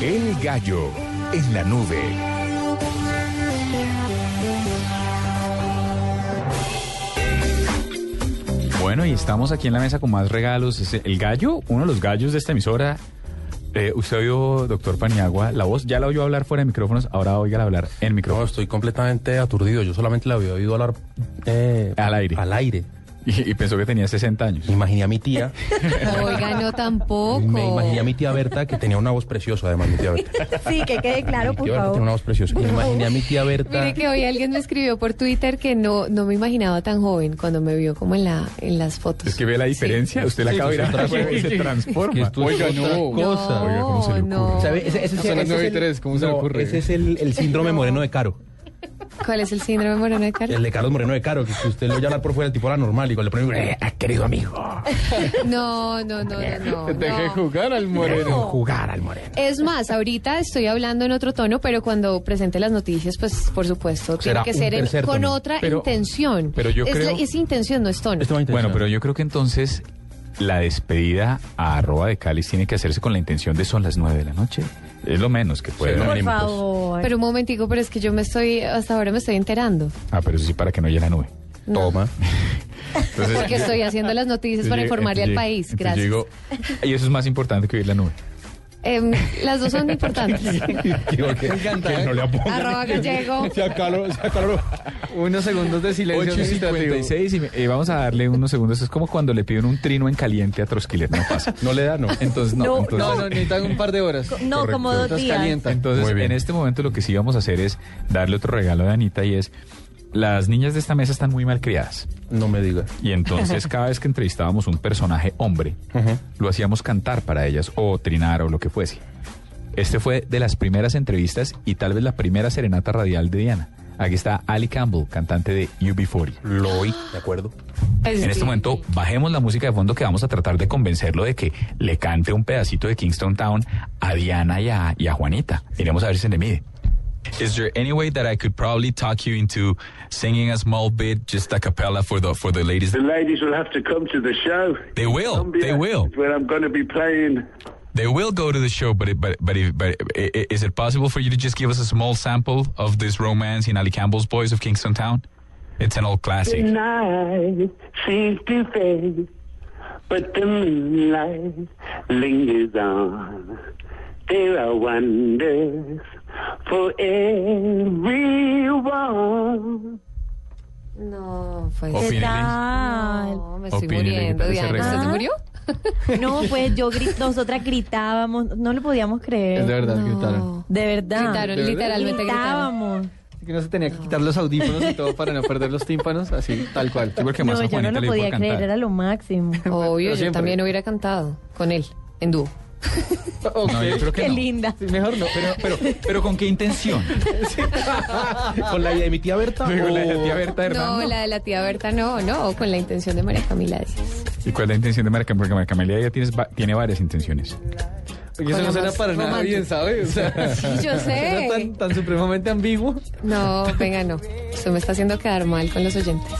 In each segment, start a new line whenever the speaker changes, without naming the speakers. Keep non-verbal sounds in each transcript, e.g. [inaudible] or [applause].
El gallo en la nube.
Bueno, y estamos aquí en la mesa con más regalos. Es El gallo, uno de los gallos de esta emisora. Eh, usted oyó, doctor Paniagua, la voz ya la oyó hablar fuera de micrófonos, ahora oiga hablar en
No,
micrófonos.
estoy completamente aturdido. Yo solamente la había oído hablar eh,
Al aire.
Al aire.
Y, y pensó que tenía 60 años.
Me imaginé a mi
[laughs]
tía.
Oiga, no tampoco.
Me imaginé a mi tía Berta, que tenía una voz preciosa, además, mi tía Berta.
[laughs] Sí, que quede claro,
Mi
por
tía Berta tiene
favor.
una voz preciosa. Me imaginé a mi tía Berta.
Mire que hoy alguien me escribió por Twitter que no, no me imaginaba tan joven cuando me vio como en, la, en las fotos.
Es que ve la diferencia, usted la
Sí,
acaba de ir a [laughs]
otra
hablar y
cosa.
se
Que
transforma.
esto es otra cosa.
Oiga, ¿cómo se le ocurre? No,
¿Sabe? Ese- ese- ese-
Son las
ese es
nueve y
el-
tres, ¿cómo se le
no,
ocurre?
Ese es el, el síndrome moreno de Caro.
¿Cuál es el síndrome moreno de Carlos?
El de Carlos Moreno de Caro, que si usted lo llama por fuera, el tipo era normal. Y cuando le pone, "Eh, querido amigo,
No, no, no,
[laughs]
no. no,
Deje
no.
jugar al moreno.
jugar al moreno.
Es más, ahorita estoy hablando en otro tono, pero cuando presente las noticias, pues por supuesto,
Será
tiene que
un
ser en-
tercer
con
tono.
otra
Pero-
intención.
pero yo
es, la-
creo-
es intención, no es tono.
Esto va
Bueno,
interesante.
pero yo creo que entonces la despedida a arroba de Cáliz tiene que hacerse con la intención de son las 9 de la noche. Es lo menos que puede
Sí,
dar.
Por
Anónimos.
favor.
Pero un momentico, pero es que yo me estoy, hasta ahora me estoy enterando.
Ah, pero eso sí, para que no llegue la nube.
No,
[laughs]
Toma.
Entonces,
Porque estoy haciendo las noticias para informarle al país. Gracias.
y eso es más importante que oír la nube.
Em, las dos
[laughs]
son importantes.
Digo que, que
¿eh?
no le aponga.
Arroba gallego.
[laughs] Se acaló, se acaló.
Unos segundos de silencio
8 y
administrativo.
56 y me- eh, vamos a darle unos segundos. Es como cuando le piden un trino en caliente a Trosquiler. No pasa.
No le da, no.
Entonces, no.
No,
entonces,
No, no, necesitan un par de horas.
No,
Correcto.
como dos
Estas
días.
calientan.
Entonces,
Muy bien.
en este momento lo que sí vamos a hacer es darle otro regalo a Anita y es, las niñas de esta mesa están muy mal criadas.
No me diga.
Y entonces cada vez que entrevistábamos un personaje hombre, lo hacíamos cantar para ellas o trinar o lo que fuese. Este fue de las primeras entrevistas y tal vez la primera serenata radial de Diana. Aquí está Ali Campbell, cantante de UB40.
Lo oí, de acuerdo.
En este momento bajemos la música de fondo que vamos a tratar de convencerlo de que le cante un pedacito de Kingston Town a Diana y a, y a Juanita. Iremos a ver si se le mide. Is there any way that I could probably talk you into singing a small bit just a cappella for the for the ladies?
The ladies will have to come to the show.
They will. They will.
is Where I'm going to be playing.
They will go to the show, but it, but but it, but i i is it possible for you to just give us a small sample of this romance in Ali Campbell's Boys of Kingston Town? It's an old classic.
Night seems to fade, but the moonlight lingers on. There are wonders for everyone.
No, pues.
Opinen.
Tal.
No, me estoy
Opinen,
muriendo,
¿qué tal ese
Diana. ¿Usted
regalo?
se murió?
No, pues yo grit- nosotras gritábamos, no lo podíamos
Es de
creer.
verdad,
No.
gritaron.
De verdad.
Gritaron, literalmente gritaron.
Gritábamos.
Así Que no se tenía que quitar los audífonos y todo para no perder los tímpanos, así, tal cual.
Porque más a
No, yo no
Juanita
lo
le puedo
podía
cantar.
creer, era lo máximo.
Pero
Obvio, yo
siempre.
también hubiera cantado con él, en dúo.
No, yo creo que
Qué
no.
linda.
Sí, mejor no.
Pero, pero, pero ¿con qué
[laughs]
intención?
¿Con la idea de mi tía [laughs] Berta?
Con la
o-
tía Berta
No,
Hernando.
la de la tía Berta no, no, con la intención de María Camila. dices.
¿Y cuál es la intención de María Camila? Porque María Camila ya tienes va- tiene varias intenciones.
Porque eso
Con
no
lo
suena
más
para nada
romántico.
bien, ¿sabes? O sea,
Yo
suena tan,
sé.
tan supremamente ambiguo.
No, venga, no. Eso me está haciendo quedar mal con los oyentes.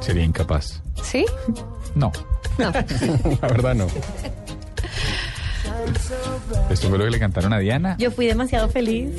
Sería incapaz.
¿Sí?
No.
No.
[laughs] La verdad no.
Esto fue lo que le cantaron a Diana.
Yo fui demasiado feliz.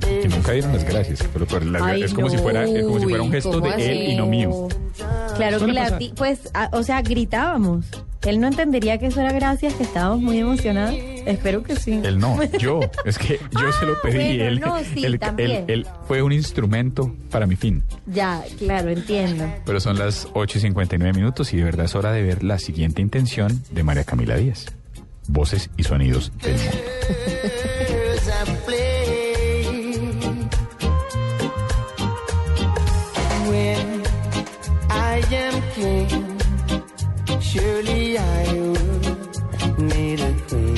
Que nunca dieron las gracias. Pero, pero las-
Ay,
es, como si
no.
fuera, es como si fuera un
Uy,
gesto
¿cómo
de él y no mío.
Ah.
Claro que
Suele
la
pasar.
vi- pues, a- o sea, gritábamos. Él no entendería que eso era gracias, que estábamos muy emocionadas. Espero que sí.
Él no, yo. Es que yo se lo
Ah,
pedí.
bueno,
él,
no, sí,
él-
también.
él- él fue un instrumento para mi fin.
Ya, claro, entiendo.
Pero son las 8 y 59 minutos y de verdad es hora de ver la siguiente intención de María Camila Díaz. Voces y sonidos del mundo.
When I am king, surely I will
made a clean